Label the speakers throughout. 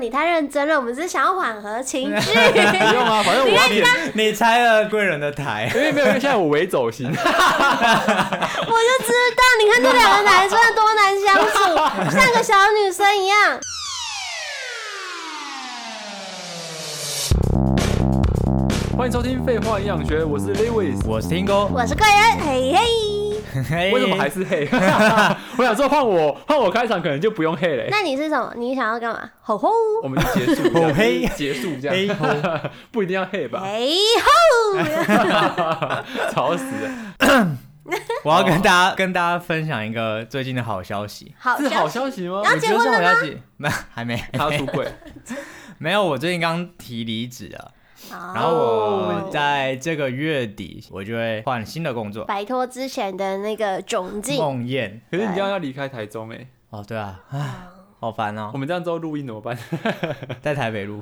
Speaker 1: 你太认真了，我们是想要缓和情 绪。
Speaker 2: 不用啊，反 正我也
Speaker 3: 你拆了贵人的台，
Speaker 2: 因为没有，因为现在我为走心，
Speaker 1: 我就知道，你看这两个男生多难相处，像个小女生一样。
Speaker 2: 欢迎收听《废话营养学》，我是 Lewis，
Speaker 3: 我是 Tingo，
Speaker 1: 我是贵人，嘿嘿。
Speaker 2: 哎
Speaker 3: 哎
Speaker 2: 为什么还是黑？ 我想说换我换我开场，可能就不用黑嘞、
Speaker 1: 那你是什么？你想要干嘛？吼吼，
Speaker 2: 我们就结束一下，
Speaker 3: 我黑
Speaker 2: 就是结束这样， 不一定要黑吧？
Speaker 1: 嘿吼。
Speaker 2: 吵死了！
Speaker 3: 我要跟大家跟大家分享一个最近的好消息。
Speaker 1: 好
Speaker 2: 是 好
Speaker 1: 消息，
Speaker 2: 消息吗？
Speaker 1: 要
Speaker 3: 你
Speaker 1: 结
Speaker 3: 觉得
Speaker 1: 婚
Speaker 3: 是
Speaker 1: 了
Speaker 3: 好
Speaker 1: 吗
Speaker 3: 消息？没， 还没，
Speaker 2: 他出轨，
Speaker 3: 没有。我最近刚提离职了，然
Speaker 1: 然
Speaker 3: 后我
Speaker 1: 哦
Speaker 3: 在这个月底我就会换新的工作。
Speaker 1: 摆脱之前的那个窘境，
Speaker 3: 梦魇
Speaker 2: 可是你这样要离开台中哎、欸，
Speaker 3: 哦，对啊，唉，好烦哦
Speaker 2: 我，们这样之后录音怎么办？
Speaker 3: 在台北 录，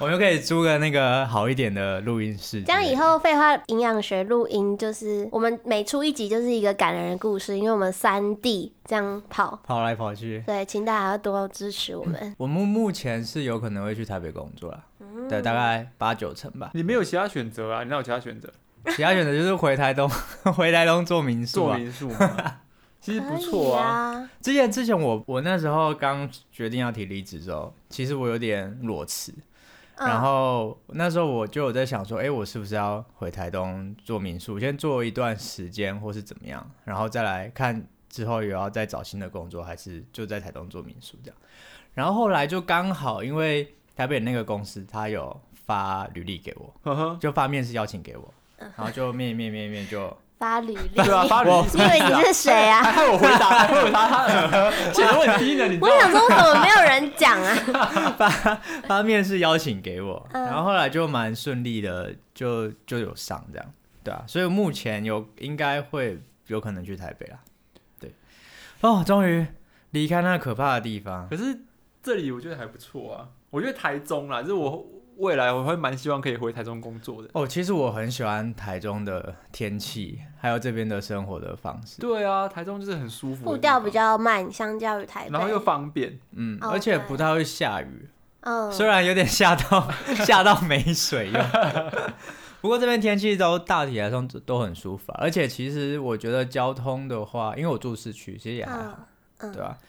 Speaker 3: 我们就可以租个那个好一点的录音室之类的。
Speaker 1: 这样以后废话营养学录音就是我们每出一集就是一个感人的故事，因为我们三 D 这样跑，
Speaker 3: 跑来跑去，
Speaker 1: 对，请大家要多支持我
Speaker 2: 嗯
Speaker 1: 们。
Speaker 3: 我们目前是有可能会去台北工作了，
Speaker 1: 嗯
Speaker 3: 对，大概八九成吧。
Speaker 2: 你没有其他选择啊？你哪有其他选择？
Speaker 3: 其他选择就是回台东， 回台东做民宿
Speaker 2: 做
Speaker 3: 啊。
Speaker 2: 民宿吗？其实不错啊。
Speaker 1: 啊，
Speaker 3: 之前之前我我那时候刚决定要提离职之后，其实我有点裸辞，
Speaker 1: 嗯
Speaker 3: 然后那时候我就有在想说，哎、我是不是要回台东做民宿，先做一段时间，或是怎么样，然后再来看之后有要再找新的工作，还是就在台东做民宿这样。然后后来就刚好因为台北那个公司他有发履历给我，
Speaker 2: 呵呵，
Speaker 3: 就发面试邀请给我，然后就面面面面就。
Speaker 1: 发履历，
Speaker 2: 对啊，发履历
Speaker 1: 你以为你是谁啊？
Speaker 2: 还害我回答，还害我回答他 的，显得我很低能，你知道
Speaker 1: 我
Speaker 2: 吗？
Speaker 1: 想说，为什么没有人讲啊？
Speaker 3: 他面试邀请给我，
Speaker 1: 嗯
Speaker 3: 然后后来就蛮顺利的，就就有上这样，对啊，所以目前有应该会有可能去台北啦，对，哦，终于离开那可怕的地方，
Speaker 2: 可是这里我觉得还不错啊，我觉得台中啦，就是我未来我会蛮希望可以回台中工作的。
Speaker 3: 哦，其实我很喜欢台中的天气，还有这边的生活的方式，
Speaker 2: 对啊，台中就是很舒服，
Speaker 1: 步调比，较慢，相较于台北。
Speaker 2: 然后又方便。
Speaker 3: 嗯，
Speaker 1: 哦
Speaker 3: 而且
Speaker 1: 对
Speaker 3: 不太会下雨，
Speaker 1: 嗯，
Speaker 3: 虽然有点吓到 吓到没水用， 不过这边天气都大体来说都都很舒服啊、而且其实我觉得交通的话，因为我住市区，其实也还好，
Speaker 1: 嗯嗯。
Speaker 3: 对啊吧、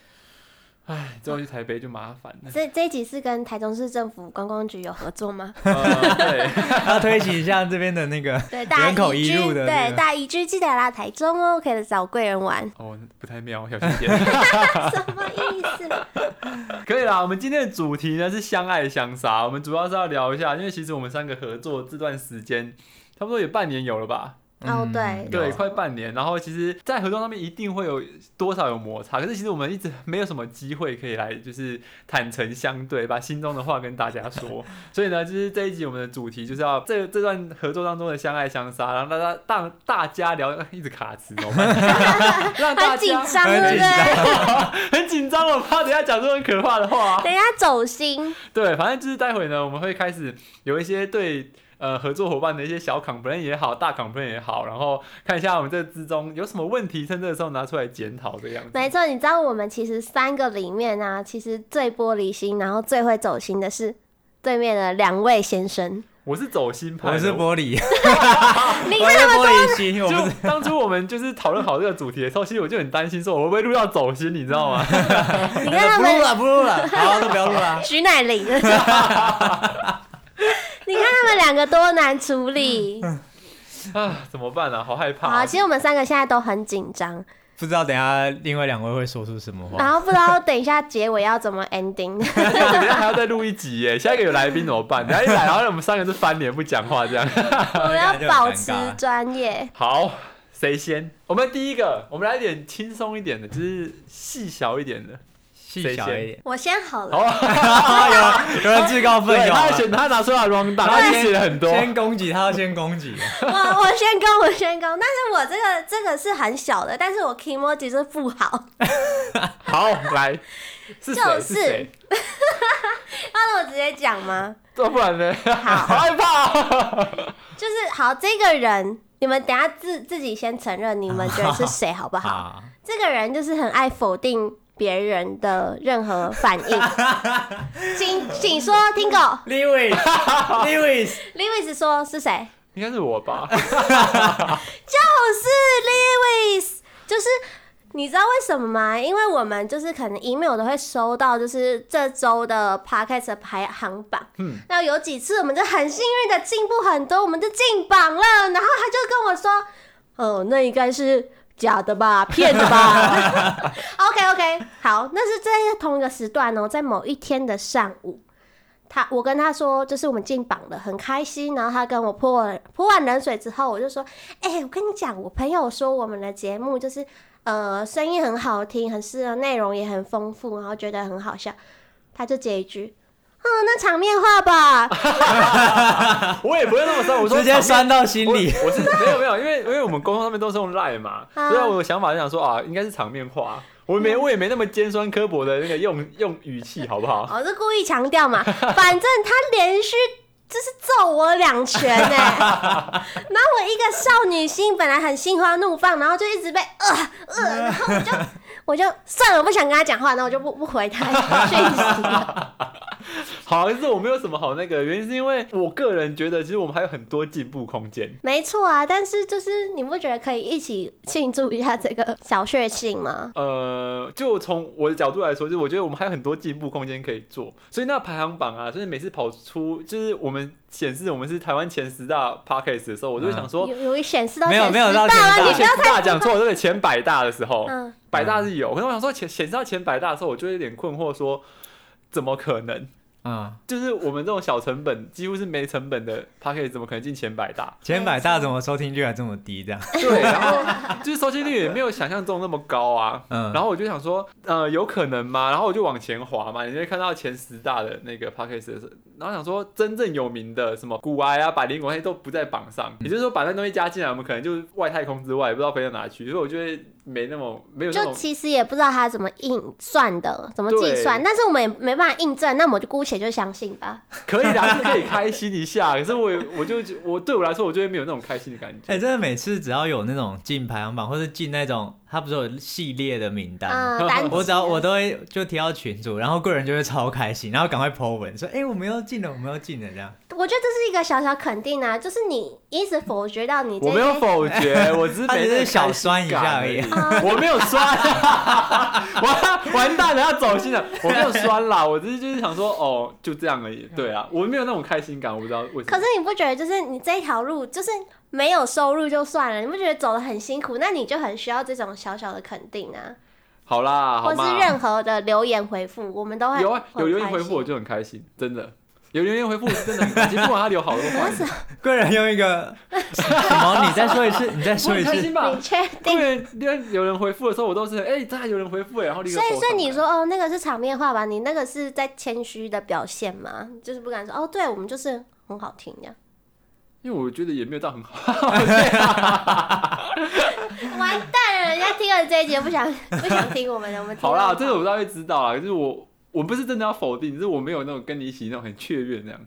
Speaker 2: 唉，哎之后去台北就麻烦 了
Speaker 1: 这这一集是跟台中市政府观光局有合作 吗？
Speaker 2: 呃对，。
Speaker 3: 要推行一下这边的那个
Speaker 1: 对，大
Speaker 3: 人
Speaker 1: 家
Speaker 3: 口
Speaker 1: 移
Speaker 3: 移
Speaker 1: 居，
Speaker 3: 入的那
Speaker 1: 对，
Speaker 3: 个
Speaker 1: 大家移居记得来台中哦，可以找贵人 玩
Speaker 2: 哦，不太妙，小心 点。
Speaker 1: 什么意 思？
Speaker 2: 可以啦，我们今天的主题呢是相爱相杀，我们主要是要聊一下，因为其实我们三个合作这段时间。差不多也半年有了吧，
Speaker 1: 哦
Speaker 3: 嗯，
Speaker 1: 对
Speaker 2: 对，
Speaker 3: 有
Speaker 2: 快半年。然后其实，在合作上面一定会有多少有摩擦，可是其实我们一直没有什么机会可以来就是坦诚相对，把心中的话跟大家 说。所以呢，就是这一集我们的主题就是要这这段合作当中的相爱相杀，让大家让大家聊，一直卡词怎么 办？让大
Speaker 1: 很紧
Speaker 2: 家
Speaker 1: 张，
Speaker 3: 很
Speaker 1: 对不
Speaker 3: 紧
Speaker 1: 对？
Speaker 2: 很紧张，我怕等一下讲出很可怕的话、
Speaker 1: 等一下走心，
Speaker 2: 对，反正就是待会呢，我们会开始有一些对呃合作伙伴的一些小 complain 也好，大 complain 也好，然后看一下我们这之中有什么问题，趁这个时候拿出来检讨这个样子。
Speaker 1: 没错。你知道我们其实三个里面啊，其实最玻璃心，然后最会走心的是对面的两位先生。
Speaker 2: 我是走心派的，
Speaker 3: 我是玻璃，
Speaker 1: 你
Speaker 3: 我是玻璃心，我不是。
Speaker 2: 就当初我们就是讨论好这个主题的时候，其实 我就很担心，说我会不会录到走心，你知道 吗？
Speaker 1: 你看他
Speaker 3: 不录
Speaker 1: 们
Speaker 3: 了，不录 了，好，都不要录了。
Speaker 1: 徐乃 麟，你看他们两个多难处理。
Speaker 3: 嗯
Speaker 2: 啊，怎么办啊？好害怕、
Speaker 1: 好，
Speaker 2: 啊！
Speaker 1: 其实我们三个现在都很紧张，
Speaker 3: 不知道等一下另外两位会说出什么话。
Speaker 1: 然后不知道等一下结尾要怎么 ending。
Speaker 2: 等一下还要再录一集耶，下一个有来宾怎么办？等一下一来，然后我们三个就翻脸不讲 话这样。
Speaker 1: 我们要
Speaker 3: 就很
Speaker 1: 保
Speaker 3: 尴
Speaker 1: 持
Speaker 3: 尬
Speaker 1: 专业。
Speaker 2: 好，谁先？我们第一个，我们来一点轻松一点的，就是细小一点的。
Speaker 3: 细小一点，
Speaker 1: 我先好了，
Speaker 2: 好，
Speaker 3: 有人自告 奋
Speaker 2: 对，
Speaker 3: 勇啊
Speaker 2: 他，选他拿出来 round down，他写了很多。
Speaker 3: 先攻击他，先攻击。
Speaker 1: 我我先攻，我先攻。但是我这个这个是很小的，但是我 emoji 是不好。
Speaker 2: 好，来，是
Speaker 1: 就
Speaker 2: 谁？
Speaker 1: 是
Speaker 2: 谁？
Speaker 1: 那我直接讲吗？
Speaker 2: 这不然呢？
Speaker 1: 好，
Speaker 2: 好害怕 哦。
Speaker 1: 就是好这个人，你们等一下自自己先承认，你们觉得是谁好不好？
Speaker 3: 好，
Speaker 1: 这个人就是很爱否定别人的任何反应。请请说，Tingo。
Speaker 3: Lewis，Lewis，
Speaker 1: Lewis 说是谁？
Speaker 2: 应该是我 吧？
Speaker 1: 就是 Lewis，就是你知道为什么吗？因为我们就是可能 email 都会收到，就是这周的 podcast 的排行榜。
Speaker 2: 嗯，
Speaker 1: 那有几次我们就很幸运的进步很多，我们就进榜了。然后他就跟我说：“哦，那应该是假的吧，骗的吧。”OK OK，好，那是在同一个时段哦，在某一天的上午。他，我跟他说，就是我们进榜了，很开心。然后他跟我泼完泼完冷水之后，我就说：“哎、我跟你讲，我朋友说我们的节目就是，呃，声音很好听，很适合，内容也很丰富，然后觉得很好笑。”他就接一句：“嗯，那场面话吧。”
Speaker 2: 我也不会那么酸，我说
Speaker 3: 直接酸到心里。
Speaker 2: 我是没有没有，因为因为我们沟通上面都是用 line 嘛，
Speaker 1: 啊嗯
Speaker 2: 所以我的想法就想说啊，应该是场面话，我没我也没那么尖酸刻薄的那个用用语气，好不好？
Speaker 1: 我哦是故意强调嘛，反正他连续就是揍我两拳呢、 然后我一个少女心本来很心花怒放，然后就一直被呃呃，然后我就我就算了，我不想跟他讲话，然后我就不不回他讯息了。
Speaker 2: 好，可是我没有什么好那个，原因是因为我个人觉得，其实我们还有很多进步空间。
Speaker 1: 没错啊，但是就是你不觉得可以一起庆祝一下这个小确幸吗？
Speaker 2: 呃，就从我的角度来说，就是我觉得我们还有很多进步空间可以做，所以那排行榜啊，就是每次跑出，就是我们显示我们是台湾前十大 podcast 的时候，我就想说，
Speaker 1: 有有显示到
Speaker 3: 没有
Speaker 1: 显
Speaker 3: 没有
Speaker 1: 示
Speaker 3: 到
Speaker 1: 大
Speaker 3: 显
Speaker 1: 啊，
Speaker 3: 示
Speaker 1: 你
Speaker 3: 到
Speaker 1: 不要
Speaker 2: 前十大讲错，对，前百大的时候，
Speaker 1: 嗯，
Speaker 2: 百大是有，可是我想说前显示到前百大的时候，我就有点困惑说，怎么可能？
Speaker 3: 嗯，
Speaker 2: 就是我们这种小成本，几乎是没成本的 p a c k a g e 怎么可能进前百大？
Speaker 3: 前百大怎么收听率还这么低？这样，
Speaker 2: 对，然后就是收听率也没有想象中那么高啊。
Speaker 3: 嗯，
Speaker 2: 然后我就想说，呃，有可能吗？然后我就往前滑嘛，你就会看到前十大的那个 p a c k a g e 然后想说，真正有名的什么古埃啊、百灵果那些都不在榜上，也就是说，把那东西加进来，我们可能就是外太空之外，也不知道飞到哪去，所以我觉得没那么没有那
Speaker 1: 就
Speaker 2: 种。
Speaker 1: 其实也不知道他怎么硬算的，怎么计算，
Speaker 2: 对
Speaker 1: 但是我们也没办法印证，那我们就姑且就相信吧。
Speaker 2: 可以啦，是可以开心一下。可是我我就我对我来说，我就会没有那种开心的感觉。
Speaker 3: 哎、真的每次只要有那种进排行榜，或是进那种，它不是有系列的名单吗？
Speaker 1: 啊，单
Speaker 3: 我只要我
Speaker 1: 都
Speaker 3: 都会就提到群主，然后贵人就会超开心，然后赶快 po 文说：“哎、我们要进了，我们要进了。”这样，
Speaker 1: 我觉得这是一个小小肯定啊，就是你一直否决到你这
Speaker 2: 我没有
Speaker 1: 些。
Speaker 2: 否 决，我只是
Speaker 3: 他
Speaker 2: 没
Speaker 3: 只
Speaker 2: 那
Speaker 3: 是
Speaker 2: 个
Speaker 3: 小
Speaker 2: 开心
Speaker 3: 酸一
Speaker 2: 感
Speaker 3: 下而
Speaker 2: 而
Speaker 3: 已
Speaker 2: 已。我没有酸，完完蛋了，要走心了。我没有酸啦，我只是就是想说，哦，就这样而已。对啊，我没有那种开心感，我不知道为什
Speaker 1: 可
Speaker 2: 么
Speaker 1: 是。你不觉得就是你这条路就是没有收入就算了，你不觉得走的很辛苦？那你就很需要这种小小的肯定啊，
Speaker 2: 好啦，好
Speaker 1: 或
Speaker 2: 吗
Speaker 1: 是？任何的留言回复，我们都会
Speaker 2: 有啊，有留言
Speaker 1: 很
Speaker 2: 回
Speaker 1: 开心
Speaker 2: 复我就很开心，真的。有留言回复我真的很开心，不管他留好多 话，
Speaker 3: 贵人用一个什么？你再说一次，你再
Speaker 2: 我
Speaker 3: 说
Speaker 2: 很
Speaker 3: 一
Speaker 2: 开
Speaker 3: 次。
Speaker 2: 心吧
Speaker 1: 你？确
Speaker 2: 对
Speaker 1: 定？
Speaker 2: 人，因为有人回复的时候，我都是哎，他有人回复哎，然后立刻
Speaker 1: 所以，
Speaker 2: 收
Speaker 1: 所以
Speaker 2: 藏
Speaker 1: 你说哦，那个是场面话吧？你那个是在谦虚的表现吗？就是不敢说哦，对我们就是很好听这样。
Speaker 2: 因为我觉得也没有到很好，
Speaker 1: 完蛋了，人家听了这一节不想不想听我们的，我们听
Speaker 2: 好啦，
Speaker 1: 到
Speaker 2: 这个我大概知道啦，就是我我不是真的要否定，只是我没有那种跟你一起那种很雀跃那样，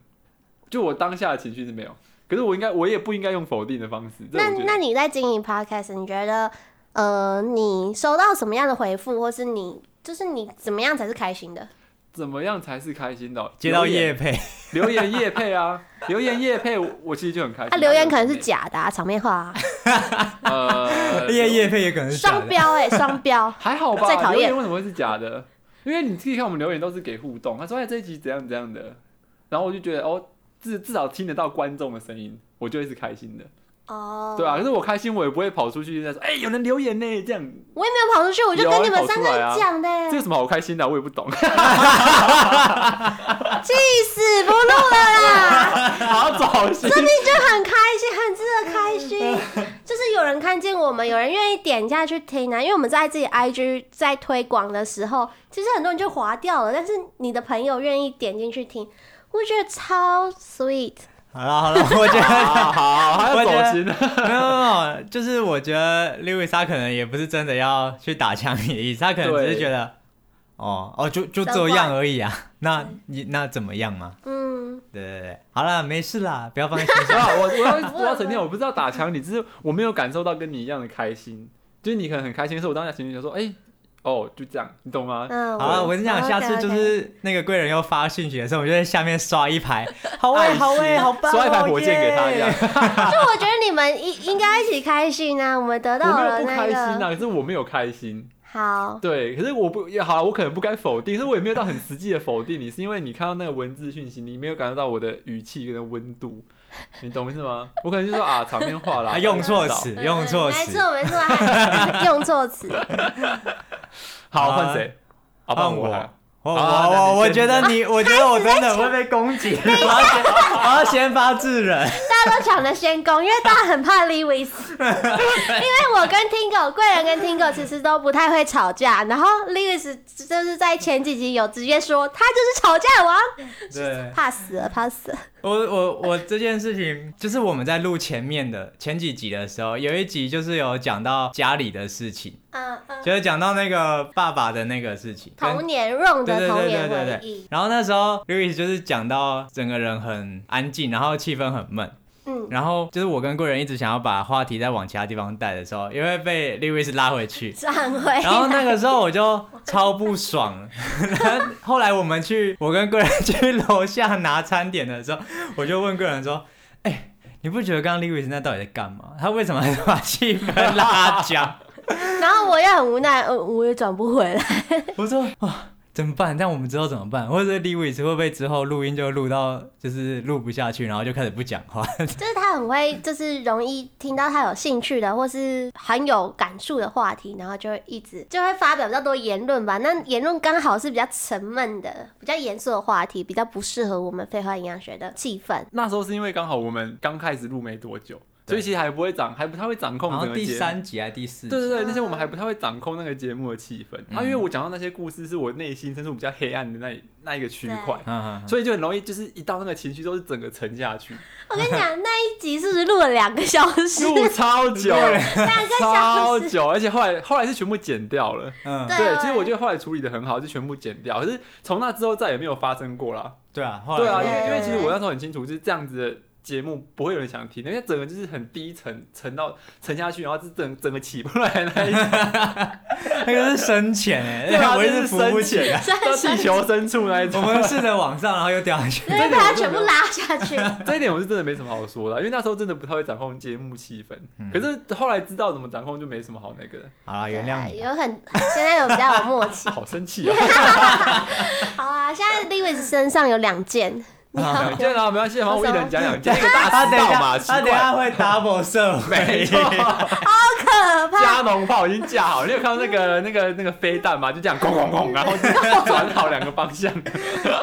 Speaker 2: 就我当下的情绪是没有，可是我应该我也不应该用否定的方式，这
Speaker 1: 那
Speaker 2: 我觉
Speaker 1: 那
Speaker 2: 得
Speaker 1: 你在经营 podcast，你觉得呃，你收到什么样的回复，或是你就是你怎么样才是开心的？
Speaker 2: 怎么样才是开心的哦？
Speaker 3: 接到
Speaker 2: 留
Speaker 3: 叶
Speaker 2: 言
Speaker 3: 配，
Speaker 2: 留言叶配啊，留言叶配我我其实就很开心。
Speaker 1: 啊，留言可能是假的、啊，场面话、啊，
Speaker 2: 呃
Speaker 3: 叶叶配也可能是假
Speaker 1: 双
Speaker 3: 的。
Speaker 1: 标
Speaker 2: 。
Speaker 1: 哎、双标
Speaker 2: 还好吧？
Speaker 1: 最讨厌
Speaker 2: 留言为什么会是假的？因为你自己看我们留言都是给互动，他说哎这一集怎样怎样的，然后我就觉得哦至至少听得到观众的声音，我就会是开心的。
Speaker 1: 哦，
Speaker 2: 对啊，可是我开心，我也不会跑出去在说，哎、有人留言呢，这样，
Speaker 1: 我也没有跑出去，我就
Speaker 2: 有
Speaker 1: 跟
Speaker 2: 啊
Speaker 1: 你们
Speaker 2: 跑
Speaker 1: 三
Speaker 2: 出
Speaker 1: 个
Speaker 2: 来啊
Speaker 1: 人讲的、
Speaker 2: 这有什么好开心的啊、我也不懂。
Speaker 1: 气死不录了啦！
Speaker 2: 好早心，
Speaker 1: 说明就很开心，很值得开
Speaker 3: 嗯
Speaker 1: 心。就是有人看见我们，有人愿意点下去听啊。因为我们在自己 IG 在推广的时候，其实很多人就划掉了，但是你的朋友愿意点进去听，我觉得超 sweet。
Speaker 3: 好了好了，我觉得
Speaker 2: 好 啊好，还要走心。
Speaker 3: 没有没有，就是我觉得 Louis 他可能也不是真的要去打枪你的意思，他可能只是
Speaker 2: 对
Speaker 3: 觉得，哦哦，就就这样而已啊。那你那怎么样嘛？
Speaker 1: 嗯，
Speaker 3: 对对对，好啦，没事啦，不要 放在心上。
Speaker 2: 啊， 我我要我要承认，我不知道打枪你，只是我没有感受到跟你一样的开心。就是你可能很开心，可是我当下情绪就说，哎、哦，就这样，你懂吗？
Speaker 1: 嗯，
Speaker 3: 好啊，我跟你讲，
Speaker 1: OK，
Speaker 3: 下次就
Speaker 1: OK
Speaker 3: 是那个贵人又发讯息的时候，我就在下面刷一排，好哎，好哎，好棒哦，
Speaker 2: 刷一排火箭给他这样
Speaker 3: 耶。。
Speaker 1: 就我觉得你们应应该一起开心啊，我们得
Speaker 2: 我
Speaker 1: 到
Speaker 2: 没
Speaker 1: 了
Speaker 2: 有不
Speaker 1: 那
Speaker 2: 开心
Speaker 1: 个
Speaker 2: 啊，可是我没有开心。
Speaker 1: 好，
Speaker 2: 对，可是我不也好啊，我可能不该否定，可是我也没有到很实际的否定你，是因为你看到那个文字讯息，你没有感受到我的语气跟温度，你懂我意思吗？我可能就说啊，场面话啦，
Speaker 3: 啊，用错
Speaker 2: 知道
Speaker 3: 词，
Speaker 1: 嗯
Speaker 3: 用哎错
Speaker 1: 没
Speaker 3: 词，
Speaker 1: 错没错，还用错词，
Speaker 2: 好，
Speaker 3: 啊
Speaker 2: 换谁？啊，
Speaker 3: 换
Speaker 2: 换我
Speaker 3: 我
Speaker 2: 啊。
Speaker 3: 我
Speaker 2: 啊那你
Speaker 3: 我我我
Speaker 2: 先
Speaker 3: 觉得你，我觉得我真的会被攻击，我要先我要先发制 人。
Speaker 1: 大家都抢着先攻，因为大家很怕 Lewis，因为我跟 Tingo 贵人跟 Tingo 其实都不太会吵架，然后 Lewis 就是在前几集有直接说他就是吵架 王，
Speaker 3: 对，
Speaker 1: 怕死了怕死了，
Speaker 3: 我我我这件事情，就是我们在录前面的前几集的时候，有一集就是有讲到家里的事情，
Speaker 1: 嗯嗯，
Speaker 3: 就是讲到那个爸爸的那个事情，跟
Speaker 1: 童年 Ron
Speaker 3: 对
Speaker 1: 的
Speaker 3: 对
Speaker 1: 童
Speaker 3: 对
Speaker 1: 年
Speaker 3: 对
Speaker 1: 回
Speaker 3: 对对
Speaker 1: 忆，。
Speaker 3: 然后那时候 Louis 就是讲到整个人很安静，然后气氛很闷。
Speaker 1: 嗯，。
Speaker 3: 然后就是我跟贵人一直想要把话题再往其他地方带的时候，因为被 Louis 拉回去
Speaker 1: 转回来
Speaker 3: 然后那个时候我就超不爽， 然后后来我们去，我跟贵人去楼下拿餐点的时候，我就问贵人说：“哎、你不觉得刚刚 Louis 那到底在干嘛？他为什么还是把气氛拉僵？”
Speaker 1: 然后我也很无奈，呃，我也转不回来。
Speaker 3: 我说哇，怎么办？但我们之后怎么办？或者 Lewis 会不会之后录音就录到就是录不下去，然后就开始不讲 话？
Speaker 1: 就是他很会，就是容易听到他有兴趣的或是很有感触的话题，然后就会一直就会发表比较多言论吧。那言论刚好是比较沉闷的、比较严肃的话题，比较不适合我们废话营养学的气氛。
Speaker 2: 那时候是因为刚好我们刚开始录没多久，
Speaker 3: 对
Speaker 2: 所以其实还不会掌，还不太会掌控
Speaker 3: 然后
Speaker 2: 整个
Speaker 3: 第
Speaker 2: 节目。
Speaker 3: 三集还是第四集？
Speaker 2: 对对对，
Speaker 1: 嗯
Speaker 2: 那些我们还不太会掌控那个节目的气氛。啊，
Speaker 3: 嗯
Speaker 2: 因为我讲到那些故事，是我内心深处比较黑暗的那一那一个区块，
Speaker 3: 嗯，嗯
Speaker 2: 所以就很容易就是一到那个情绪都是整个沉下去，
Speaker 1: 我跟你讲，那一集是不是录了两个小时？
Speaker 2: 录超久，
Speaker 1: 两个小
Speaker 2: 超
Speaker 1: 时。
Speaker 2: 久，而且后来后来是全部剪掉了。
Speaker 3: 嗯，
Speaker 1: 对
Speaker 3: 嗯
Speaker 2: 对，
Speaker 1: 对
Speaker 2: 其实 我觉得后来处理的很好，就全部剪掉。可是从那之后再也没有发生过啦。
Speaker 3: 对啊，后
Speaker 2: 对啊，
Speaker 3: 来
Speaker 2: 因
Speaker 1: 对
Speaker 2: 为因为其实
Speaker 1: 对
Speaker 2: 我那时候很清楚，就是这样子的节目不会有人想听，因为整个就是很低沉，沉到沉下去，然后是整整个起不来那一 种，
Speaker 3: 那个是深浅哎、
Speaker 2: 对啊啊
Speaker 3: 我一直
Speaker 2: 就是
Speaker 3: 浮
Speaker 2: 深
Speaker 3: 不起来。
Speaker 2: 到地球深处那一
Speaker 3: 我
Speaker 2: 种。
Speaker 3: 们试着往上，然后又掉 下去。
Speaker 1: 因为被他啊全部拉下去，
Speaker 2: 这一点我是真的没什么好说的，因为那时候真的不太会掌控节目气氛。
Speaker 3: 嗯
Speaker 2: 可是后来知道怎么掌控，就没什么好那个的，
Speaker 3: 好了，原谅你。
Speaker 1: 有很现在有比较有默契。
Speaker 2: 好生气啊！
Speaker 1: 好啊，现在 Lewis 身上有两件，你要
Speaker 2: 两件啊，没关系，反正我一人讲两件，一个大
Speaker 3: 他
Speaker 2: 迟
Speaker 3: 等 一
Speaker 2: 到嘛，
Speaker 3: 下，
Speaker 2: 奇
Speaker 3: 他等一
Speaker 2: 怪。
Speaker 3: 下会 double 射
Speaker 2: 没
Speaker 3: 回。
Speaker 2: 错，
Speaker 1: 可呃怕。
Speaker 2: 加农炮已经架好，你有看到那个 那个那个飞弹嘛？就这样轰轰轰，然后转好两个方向。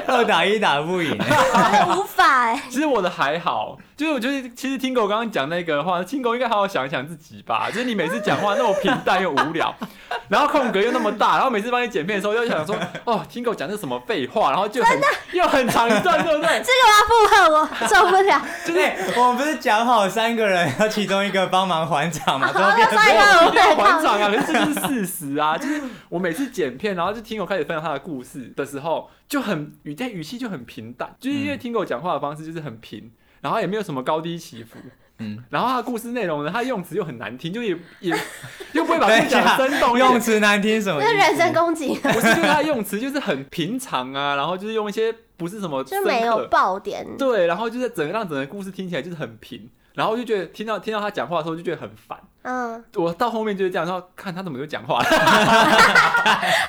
Speaker 3: 二打一打不赢。
Speaker 1: 真的无法哎、
Speaker 2: 其实我的还好，就是我觉得其实听狗刚刚讲那个话，听狗应该好好想一想自己吧。就是你每次讲话那么平淡又无聊， 然后空格又那么大，然后每次帮你剪片的时候又想说，哦，听狗讲的什么废话，然后就很又很长一段，对不对？
Speaker 1: 这个我要附和，我受不了。
Speaker 3: 就是我们不是讲好三个人，要其中一个帮忙还场 嘛？怎么 变
Speaker 1: 要刷一个
Speaker 2: 我
Speaker 1: 我
Speaker 2: 一定要
Speaker 1: 被
Speaker 2: 还
Speaker 1: 抗
Speaker 2: 掌啊！可是这就是事实啊， 就是我每次剪片，然后就听狗开始分享他的故事的时候，就很语但语气就很平淡，就是因为听狗讲话的方式就是很平，然后也没有什么高低起伏。
Speaker 3: 嗯
Speaker 2: 嗯，然后他的故事内容呢，他用词又很难听，就也也又不会把
Speaker 3: 等
Speaker 2: 故事
Speaker 3: 一下
Speaker 2: 讲得生动一点
Speaker 3: 用词难听什么意
Speaker 1: 这
Speaker 3: 思？
Speaker 1: 是人身攻击，
Speaker 2: 不是，就是他的用词就是很平常啊，然后就是用一些不是什么
Speaker 1: 就没
Speaker 2: 深
Speaker 1: 有
Speaker 2: 刻
Speaker 1: 爆点。
Speaker 2: 对，然后就是整个让整个故事听起来就是很平，然后就觉得听到听到他讲话的时候就觉得很烦。
Speaker 1: 嗯，
Speaker 2: 我到后面就是这样，然后看他怎么又讲话了，
Speaker 1: 哎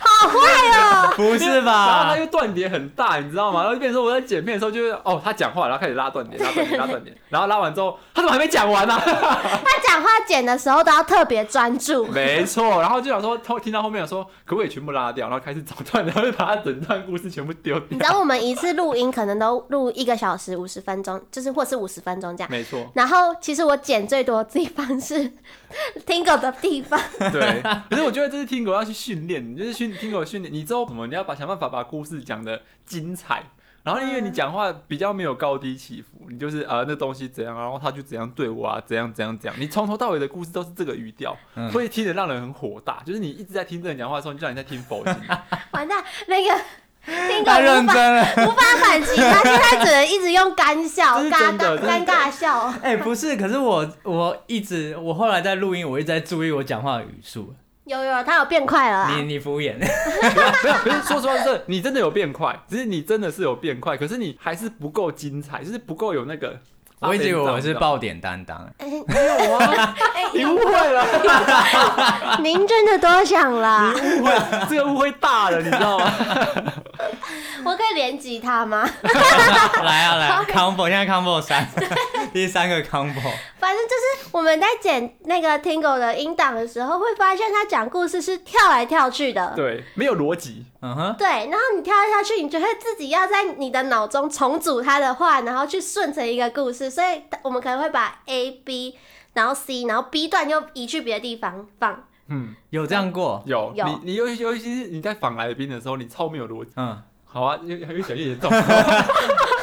Speaker 3: 不是
Speaker 2: 然后
Speaker 3: 吧
Speaker 2: 他？又断点很大，你知道吗？然后就变成说我在剪片的时候就是哦，他讲话，然后开始拉断点，拉断点，拉断点，然后拉完之后他怎么还没讲完呢、啊
Speaker 1: 他讲话剪的时候都要特别专注。
Speaker 2: 没错，然后就想说，哦听听到后面有说可不可以全部拉掉，然后开始找段，然后就把他整段故事全部丢
Speaker 1: 你
Speaker 2: 掉。
Speaker 1: 知道我们一次录音可能都录一个小时五十分钟，就是或是五十分钟这样。
Speaker 2: 没错，
Speaker 1: 然后其实我剪最多的地方是 Tingo 的地方，
Speaker 2: 对。可是我觉得这是听狗要去训练，你就是训听狗训练，你之后什么你要把想办法把故事讲的精彩。然后因为你讲话比较没有高低起伏，你就是啊、呃那东西怎样，然后他就怎样对我啊，怎样怎样怎样，你从头到尾的故事都是这个语调，
Speaker 3: 嗯
Speaker 2: 会听得让人很火大。就是你一直在听这个人讲话的时候，你就像你在听佛经，
Speaker 1: 完蛋，那个 Tingo 无
Speaker 3: 太认
Speaker 1: 法
Speaker 3: 真了。
Speaker 1: 无法反击，他现在只能一直用干笑，
Speaker 2: 这是
Speaker 1: 尴
Speaker 2: 真
Speaker 1: 尬
Speaker 2: 的这是
Speaker 1: 尴尬笑。
Speaker 3: 哎、不是，可是我我一直我后来在录音，我一直在注意我讲话的语速，
Speaker 1: 有有，他有变快了啊
Speaker 3: 你
Speaker 1: 啦。
Speaker 3: 你敷 衍，
Speaker 2: 没有，可是说实话，这你真的有变快，只是你真的是有变快，可是你还是不够精彩，就是不够有那个。
Speaker 3: 我一直以为我是
Speaker 2: 爆，
Speaker 3: 爆点担 当，
Speaker 1: 哎
Speaker 2: 没有啊，你误会了，
Speaker 1: 您哎真的多想啦，
Speaker 2: 误会，这个误会大了，你知道吗？
Speaker 1: 我可以连吉他吗？
Speaker 3: 来啊来啊 combo，现在 combo 三，第三个 combo，
Speaker 1: 反正就是我们在剪那个 Tingo 的音档的时候，会发现他讲故事是跳来跳去的。
Speaker 2: 对，没有逻辑，
Speaker 3: 嗯哼，
Speaker 1: 对，然后你跳来跳去，你就会自己要在你的脑中重组他的话，然后去顺成一个故事。所以我们可能会把 A B，然后 C，然后 B 段又移去别的地方放。
Speaker 2: 嗯，
Speaker 3: 有这样过，
Speaker 2: 有
Speaker 1: 有
Speaker 2: 你你尤其尤其是你在访来宾的时候，你超没有逻辑。
Speaker 3: 嗯，
Speaker 2: 好啊，越越讲越严 重。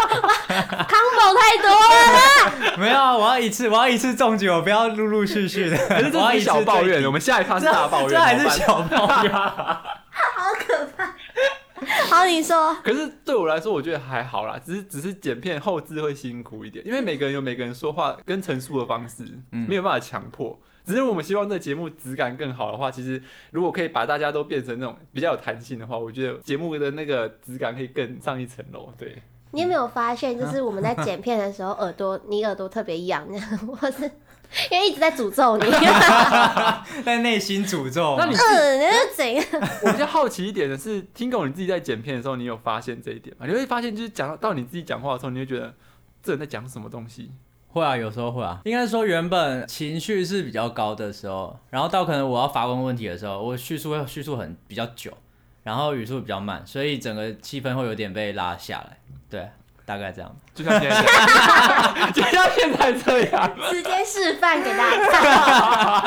Speaker 1: combo 太多了，
Speaker 3: 没有啊，我要一次，我要一次中举，我不要陆陆续续的，
Speaker 2: 可是
Speaker 3: 我要
Speaker 2: 这是
Speaker 3: 一次
Speaker 2: 小抱怨，
Speaker 3: 最
Speaker 2: 我们下一趴是
Speaker 3: 这
Speaker 2: 大抱怨，
Speaker 3: 这还是
Speaker 2: 怎么办
Speaker 3: 小 抱怨，
Speaker 1: 好，你说，
Speaker 2: 可是对我来说，我觉得还好啦，只是只是剪片后置会辛苦一点，因为每个人有每个人说话跟陈述的方式，
Speaker 3: 嗯
Speaker 2: 没有办法强迫。只是我们希望这个节目质感更好的话，其实如果可以把大家都变成那种比较有弹性的话，我觉得节目的那个质感可以更上一层楼。对，
Speaker 1: 你有没有发现，就是我们在剪片的时候，耳朵你耳朵特别痒， 我是因为一直在诅咒你，
Speaker 3: 在内心诅咒嘛，
Speaker 2: 那你
Speaker 1: 嗯，你是怎样？
Speaker 2: 我比较好奇一点的是，听狗你自己在剪片的时候，你有发现这一点吗？你会发现就是讲到到你自己讲话的时候，你会觉得这人在讲什么东西？
Speaker 3: 会啊，有时候会啊。应该说，原本情绪是比较高的时候，然后到可能我要发问问题的时候，我叙述会叙述很比较久，然后语速比较慢，所以整个气氛会有点被拉下来。对，大概这样。
Speaker 2: 就像现在这样，就像现在 这样。
Speaker 1: 直接示范给大家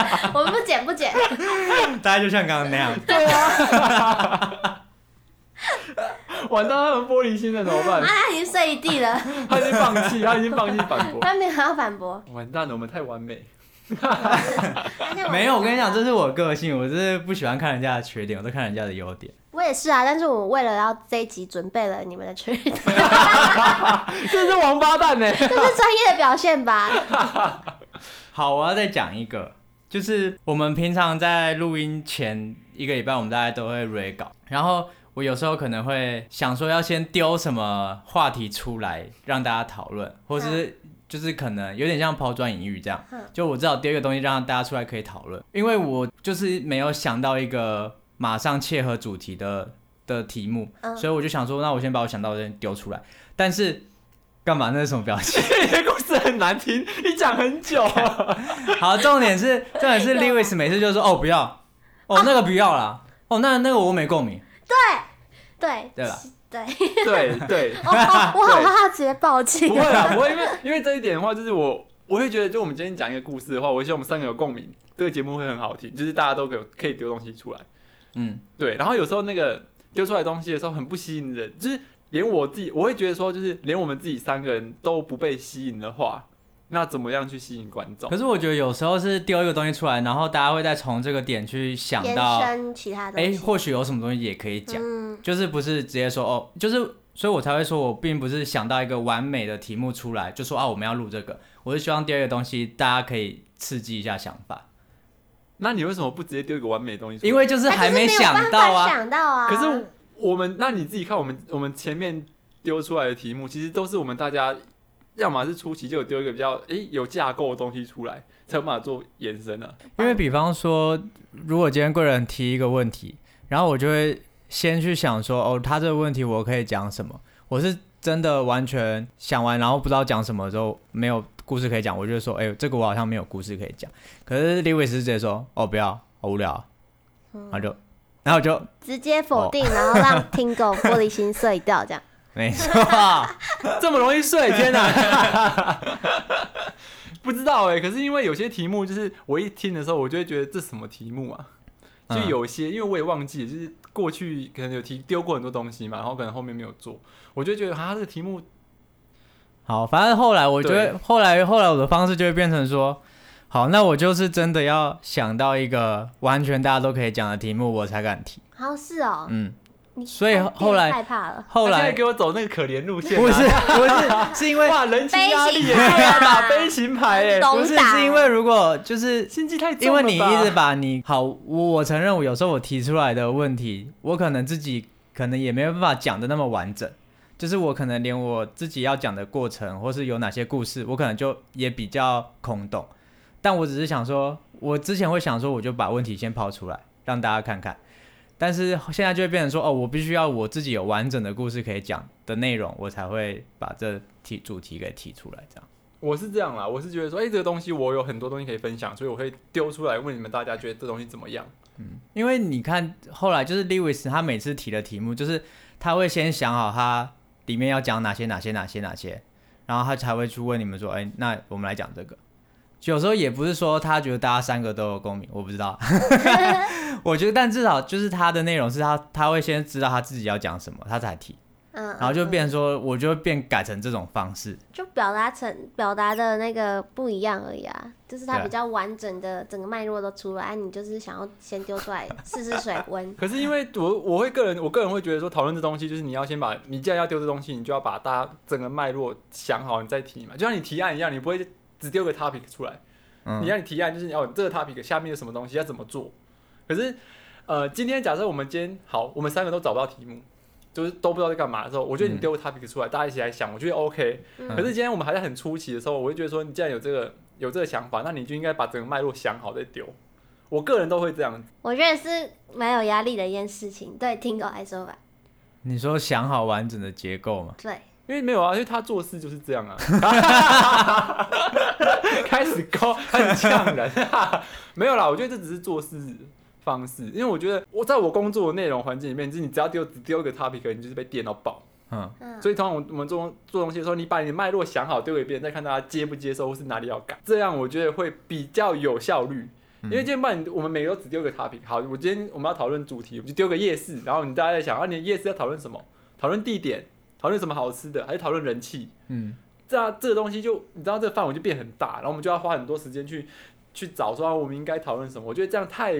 Speaker 1: 看，我们不剪不剪。
Speaker 3: 大概就像刚刚那 样。
Speaker 2: 玩到他们玻璃心了怎么办
Speaker 1: 啊，？ 他已经睡地了，
Speaker 2: 他已经放弃，他已经放弃反驳。
Speaker 1: 他没有要反驳。
Speaker 2: 完蛋了，我们太完美。
Speaker 3: 没有，我跟你讲，这是我个性，我就是不喜欢看人家的缺点，我都看人家的优点。
Speaker 1: 我也是啊，但是我为了要这一集准备了你们的缺点，
Speaker 2: 这是王八蛋呢、欸
Speaker 1: 这是专业的表现吧？
Speaker 3: 好，我要再讲一个，就是我们平常在录音前一个礼拜，我们大家都会 re 稿，然后我有时候可能会想说要先丢什么话题出来让大家讨论，或是就是可能有点像抛砖引玉这样
Speaker 1: 嗯，
Speaker 3: 就我至少丢一个东西让大家出来可以讨论，因为我就是没有想到一个马上切合主题的的题目，
Speaker 1: 嗯
Speaker 3: 所以我就想说，那我先把我想到的先丢出来，但是干嘛？那是什么表情？
Speaker 2: 你的故事很难听，你讲很久。
Speaker 3: 好，重点是重点是
Speaker 1: 啊
Speaker 3: Lewis 每次就说哦不要，哦那个不要啦，哦那那个我没共鸣，
Speaker 1: 对
Speaker 3: 对吧？
Speaker 1: 对，
Speaker 2: 对 对，
Speaker 1: 我好我好怕直接爆气
Speaker 2: 不。会啦，不会，因为因为这一点的话，就是我我会觉得，就我们今天讲一个故事的话，我希望我们三个有共鸣，这个节目会很好听，就是大家都可以可以丢东西出来。
Speaker 3: 嗯，
Speaker 2: 对，然后有时候那个丢出来的东西的时候很不吸引人，就是连我自己，我会觉得说，就是连我们自己三个人都不被吸引的话，那怎么样去吸引观众？
Speaker 3: 可是我觉得有时候是丢一个东西出来，然后大家会再从这个点去想
Speaker 1: 延
Speaker 3: 到，
Speaker 1: 伸其他东
Speaker 3: 哎、
Speaker 1: 西，
Speaker 3: 或许有什么东西也可以讲，
Speaker 1: 嗯，
Speaker 3: 就是不是直接说哦，就是。所以我才会说，我并不是想到一个完美的题目出来，就说啊我们要录这个。我是希望第二个东西大家可以刺激一下想法，
Speaker 1: 啊
Speaker 2: 那你为什么不直接丢一个完美的东西出来？
Speaker 3: 因为就是还没
Speaker 1: 他就是没
Speaker 3: 想到
Speaker 1: 有办法
Speaker 3: 啊。
Speaker 1: 想到啊。
Speaker 2: 可是我们，那你自己看我们我们前面丢出来的题目，其实都是我们大家要么是初期就有丢一个比较诶、有架构的东西出来，才有办法做延伸啊。
Speaker 3: 因为比方说，如果今天贵人提一个问题，然后我就会先去想说，哦，他这个问题我可以讲什么？我是真的完全想完，然后不知道讲什么之后没有故事可以讲，我就说，哎、这个我好像没有故事可以讲。可是李伟是直接说，哦，不要，好无聊啊、然后就，然后我就
Speaker 1: 直接否定，然后让听狗玻璃心碎掉，这样。
Speaker 3: 没错，
Speaker 2: 这么容易 睡，天哪！ 不知道哎、可是因为有些题目，就是我一听的时候，我就会觉得这什么题目啊？就
Speaker 3: 嗯
Speaker 2: 有些，因为我也忘记了，就是过去可能有提丢过很多东西嘛，然后可能后面没有做，我就觉得啊，这个题目
Speaker 3: 好，反正后来我觉
Speaker 2: 对
Speaker 3: 得，后来后来我的方式就会变成说，好，那我就是真的要想到一个完全大家都可以讲的题目，我才敢提。
Speaker 1: 好，是哦，
Speaker 3: 嗯，
Speaker 1: 你
Speaker 3: 所以
Speaker 1: 哦
Speaker 3: 后来
Speaker 1: 变害怕 了，
Speaker 3: 后
Speaker 2: 他现在
Speaker 3: 来
Speaker 2: 给我走那个可怜路线、啊，
Speaker 3: 不是不是是因 为
Speaker 2: 哇，人情压力耶，
Speaker 1: 悲情牌啊
Speaker 2: 要打悲情牌耶，
Speaker 1: 懂
Speaker 3: 不是是因为如果就是
Speaker 2: 心机太重了
Speaker 3: 因为
Speaker 2: 吧
Speaker 3: 你一直把你好，我我承认我有时候我提出来的问题，我可能自己可能也没有办法讲的那么完整，就是我可能连我自己要讲的过程，或是有哪些故事，我可能就也比较空洞。但我只是想说，我之前会想说，我就把问题先抛出来，让大家看看。但是现在就会变成说，哦，我必须要我自己有完整的故事可以讲的内容，我才会把这题主题给提出来，这样。
Speaker 2: 我是这样啦，我是觉得说，哎、这个东西我有很多东西可以分享，所以我会丢出来问你们大家觉得这东西怎么样？
Speaker 3: 因为你看后来就是 Lewis 他每次提的题目，就是他会先想好他里面要讲哪些哪些哪些哪些，然后他才会去问你们说，哎、那我们来讲这个。有时候也不是说他觉得大家三个都有共鸣，我不知道。
Speaker 1: 嗯
Speaker 3: 我觉得，但至少就是他的内容是他他会先知道他自己要讲什么，他才提，
Speaker 1: 嗯，
Speaker 3: 然后就
Speaker 1: 嗯
Speaker 3: 变成说，我就会变改成这种方式。
Speaker 1: 就表达成表达的那个不一样而已啊，就是它
Speaker 3: 对啊
Speaker 1: 比较完整的整个脉络都出来，啊你就是想要先丢出来试试水温，
Speaker 2: 可是因为我我会个人我个人会觉得说，讨论这东西就是你要先把你既然要丢这东西，你就要把大家整个脉络想好，你再提嘛。就像你提案一样，你不会只丢个 topic 出来，你
Speaker 3: 嗯，
Speaker 2: 让你提案就是哦，这个 topic 下面有什么东西要怎么做。可是呃，今天假设我们今天好，我们三个都找不到题目。就是都不知道在干嘛的时候，我觉得你丢个 topic 出来，大家一起来想，我觉得 OK、
Speaker 1: 嗯
Speaker 2: 可是今天我们还在很初期的时候，我会觉得说，你既然有这个有这个想法，那你就应该把整个脉络想好再丢。我个人都会这样子，
Speaker 1: 我觉得是蛮有压力的一件事情，对听狗来说吧，
Speaker 3: 你说想好完整的结构嘛？
Speaker 1: 对，
Speaker 2: 因为没有啊，因为他做事就是这样啊， 开始高，很呛人、啊没有啦，我觉得这只是做事方式，因为我觉得我在我工作的内容环境里面，就是你只要丢只丢一个 topic，你就是被电到爆。
Speaker 3: 嗯，
Speaker 1: 嗯，
Speaker 2: 所以通常我我们做做东西的时候，你把你的脉络想好，丢给别人，再看大家接不接受，或是哪里要改，这样我觉得会比较有效率。
Speaker 3: 嗯
Speaker 2: 因为今天不然你我们每个都只丢一个 topic，好，我今天我们要讨论主题，我们就丢个夜市，然后你大家在想，啊，你的夜市要讨论什么？讨论地点，讨论什么好吃的，还是讨论人气？
Speaker 3: 嗯，
Speaker 2: 这样这个东西就你知道这个范围就变很大，然后我们就要花很多时间去去找说、啊我们应该讨论什么。我觉得这样太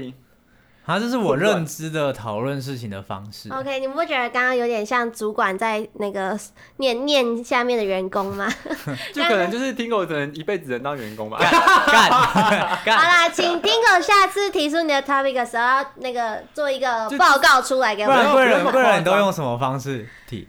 Speaker 3: 啊，这是我
Speaker 2: 混乱
Speaker 3: 认知的讨论事情的方式。
Speaker 1: OK，你们不觉得刚刚有点像主管在那个念念下面的员工 吗？
Speaker 2: 就可能就是听狗只能一辈子只能当员工吧。哎
Speaker 3: 干
Speaker 1: 好
Speaker 3: 干，
Speaker 1: 啦，请听狗下次提出你的 topic 的时候，要那个做一个
Speaker 2: 就
Speaker 1: 报告出来给
Speaker 3: 不
Speaker 1: 我们
Speaker 3: 然
Speaker 2: 不要
Speaker 3: 贵
Speaker 2: 那
Speaker 3: 人
Speaker 2: 么
Speaker 3: 贵
Speaker 2: 夸
Speaker 3: 人
Speaker 2: 张
Speaker 3: 都用什么方式提？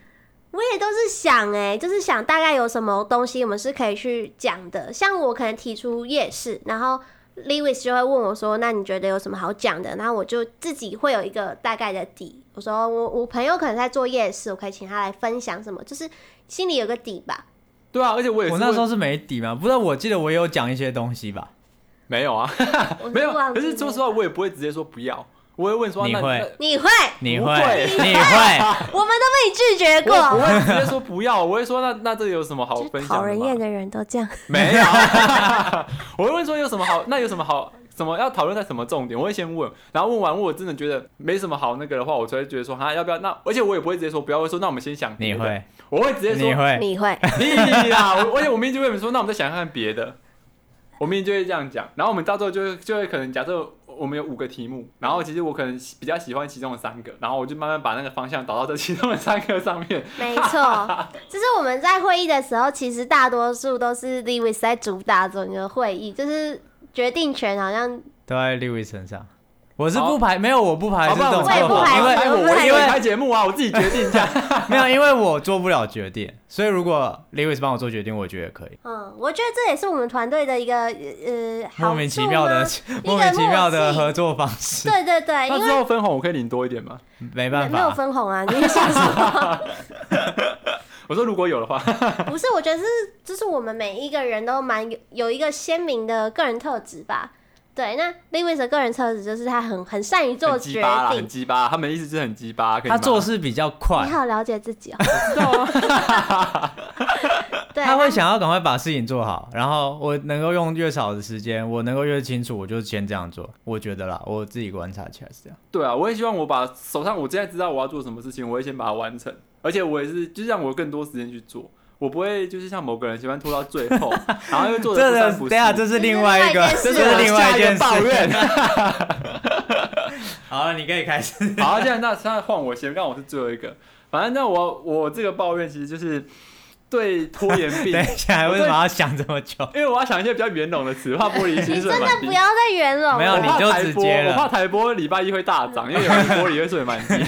Speaker 1: 我也都是想哎、就是想大概有什么东西我们是可以去讲的。像我可能提出夜市，然后 Lewis 就会问我说：“那你觉得有什么好讲的？”然后我就自己会有一个大概的底。我说我我朋友可能在做夜市，我可以请他来分享什么，就是心里有个底吧。
Speaker 2: 对啊，而且我也是
Speaker 3: 我那时候
Speaker 2: 问
Speaker 3: 是没底嘛，不知道我记得我也有讲一些东西吧？
Speaker 2: 没有啊，
Speaker 1: 我
Speaker 2: 没有。
Speaker 1: 忘记
Speaker 2: 可是说实话，我也不会直接说不要，我会问说
Speaker 3: 你
Speaker 2: 那
Speaker 3: 会哎
Speaker 2: 那
Speaker 1: 你会，
Speaker 3: 你
Speaker 2: 不
Speaker 3: 会
Speaker 2: 会
Speaker 3: 你会，
Speaker 1: 我们都被你拒绝
Speaker 2: 我也不
Speaker 1: 过。
Speaker 2: 会直接说不要，我会说那那这有什么好
Speaker 1: 就
Speaker 2: 分
Speaker 1: 是
Speaker 2: 享
Speaker 1: 讨
Speaker 2: 的
Speaker 1: 人
Speaker 2: 吗
Speaker 1: 厌？的人都这样，
Speaker 2: 没有， 我会问说有什么好，那有什么好，什么要讨论在什么重点，我会先问，然后问完我真的觉得没什么好那个的话，我才会觉得说哈要不要那，而且我也不会直接说不要，我会说那我们先想别
Speaker 3: 你
Speaker 2: 的，
Speaker 3: 会，
Speaker 2: 我 会直接
Speaker 3: 你
Speaker 2: 说
Speaker 3: 会，
Speaker 1: 你会，
Speaker 2: 你啦，哎我而且我明明就会说那我们再想看看别的，我明明就会这样讲，然后我们到最后就会就会可能假设。我们有五个题目，然后其实我可能比较喜欢其中的三个，然后我就慢慢把那个方向导到这其中的三个上 面，
Speaker 1: 没错，就是我们在会议的时候，其实大多数都是 Lewis 在主打整个会议，就是决定权好像
Speaker 3: 都在 Louis 身上。我是
Speaker 2: 好
Speaker 3: 不排，没有我不排
Speaker 2: 好
Speaker 3: 斥
Speaker 2: 不
Speaker 3: 这
Speaker 2: 然我
Speaker 3: 种
Speaker 1: 我也
Speaker 3: 做
Speaker 1: 不
Speaker 3: 法，
Speaker 1: 排斥
Speaker 3: 因为
Speaker 1: 我
Speaker 2: 我
Speaker 1: 不排斥
Speaker 2: 因为开节目啊，我自己决 定一下。
Speaker 3: 没有，因为我做不了决定，所以如果 Louis 帮我做决定，我觉得可以。
Speaker 1: 嗯，我觉得这也是我们团队的一个呃
Speaker 3: 莫名其妙的
Speaker 1: 好处吗，
Speaker 3: 莫名其妙的
Speaker 1: 默契
Speaker 3: 合作方式，
Speaker 1: 对对对，
Speaker 2: 那
Speaker 1: 因
Speaker 2: 之
Speaker 1: 为
Speaker 2: 后分红我可以领多一点吗？
Speaker 3: 没办
Speaker 1: 没有
Speaker 3: 法，
Speaker 1: 分红啊，你是想 说
Speaker 2: 我说如果有的话，
Speaker 1: 不是？我觉得是就是我们每一个人都蛮有有一个鲜明的个人特质吧。对，那 Lewis 的个人特质就是他很很善于做
Speaker 2: 很鸡
Speaker 1: 决
Speaker 2: 巴啦，很
Speaker 1: 定。
Speaker 2: 鸡巴，他们意思就是很鸡巴。可以
Speaker 3: 他
Speaker 2: 吗
Speaker 3: 做事比较快
Speaker 1: 你，好了解自己哦、 对，
Speaker 3: 啊他会想要赶快把事情做好，然后我能够用越少的时间，我能够越清楚，我就先这样做。我觉得啦，我自己观察起来是这样。
Speaker 2: 对啊，我也希望我把手上我现在知道我要做什么事情，我会先把它完成，而且我也是就是让我有更多时间去做。我不会就是像某个人喜欢拖到最后，然后又做的
Speaker 3: 这
Speaker 2: 不
Speaker 3: 个
Speaker 2: 三
Speaker 3: 啊
Speaker 2: 不四。
Speaker 3: 等一下这是另外一个，
Speaker 1: 这
Speaker 3: 这
Speaker 1: 是
Speaker 3: 是另外一件
Speaker 2: 抱
Speaker 3: 事。
Speaker 2: 怨。
Speaker 3: 好了，你可以开始。
Speaker 2: 好，现在那现在换我先，刚好我是最后一个。反正那我我这个抱怨其实就是对拖 延病，
Speaker 3: 等一下，
Speaker 2: 我
Speaker 3: 为
Speaker 2: 对
Speaker 3: 什么要想这么久？
Speaker 2: 因为我要想一些比较圆融的词，怕玻璃 心
Speaker 1: 你
Speaker 2: 碎
Speaker 1: 真
Speaker 2: 满
Speaker 1: 的
Speaker 2: 地
Speaker 1: 不。要再圆融了，
Speaker 3: 没有
Speaker 2: 我
Speaker 3: 哦你
Speaker 2: 怕
Speaker 3: 就
Speaker 2: 台
Speaker 3: 直
Speaker 2: 播
Speaker 3: 接了
Speaker 2: 我怕台播礼拜一会大涨，因为有一波璃会水 满地。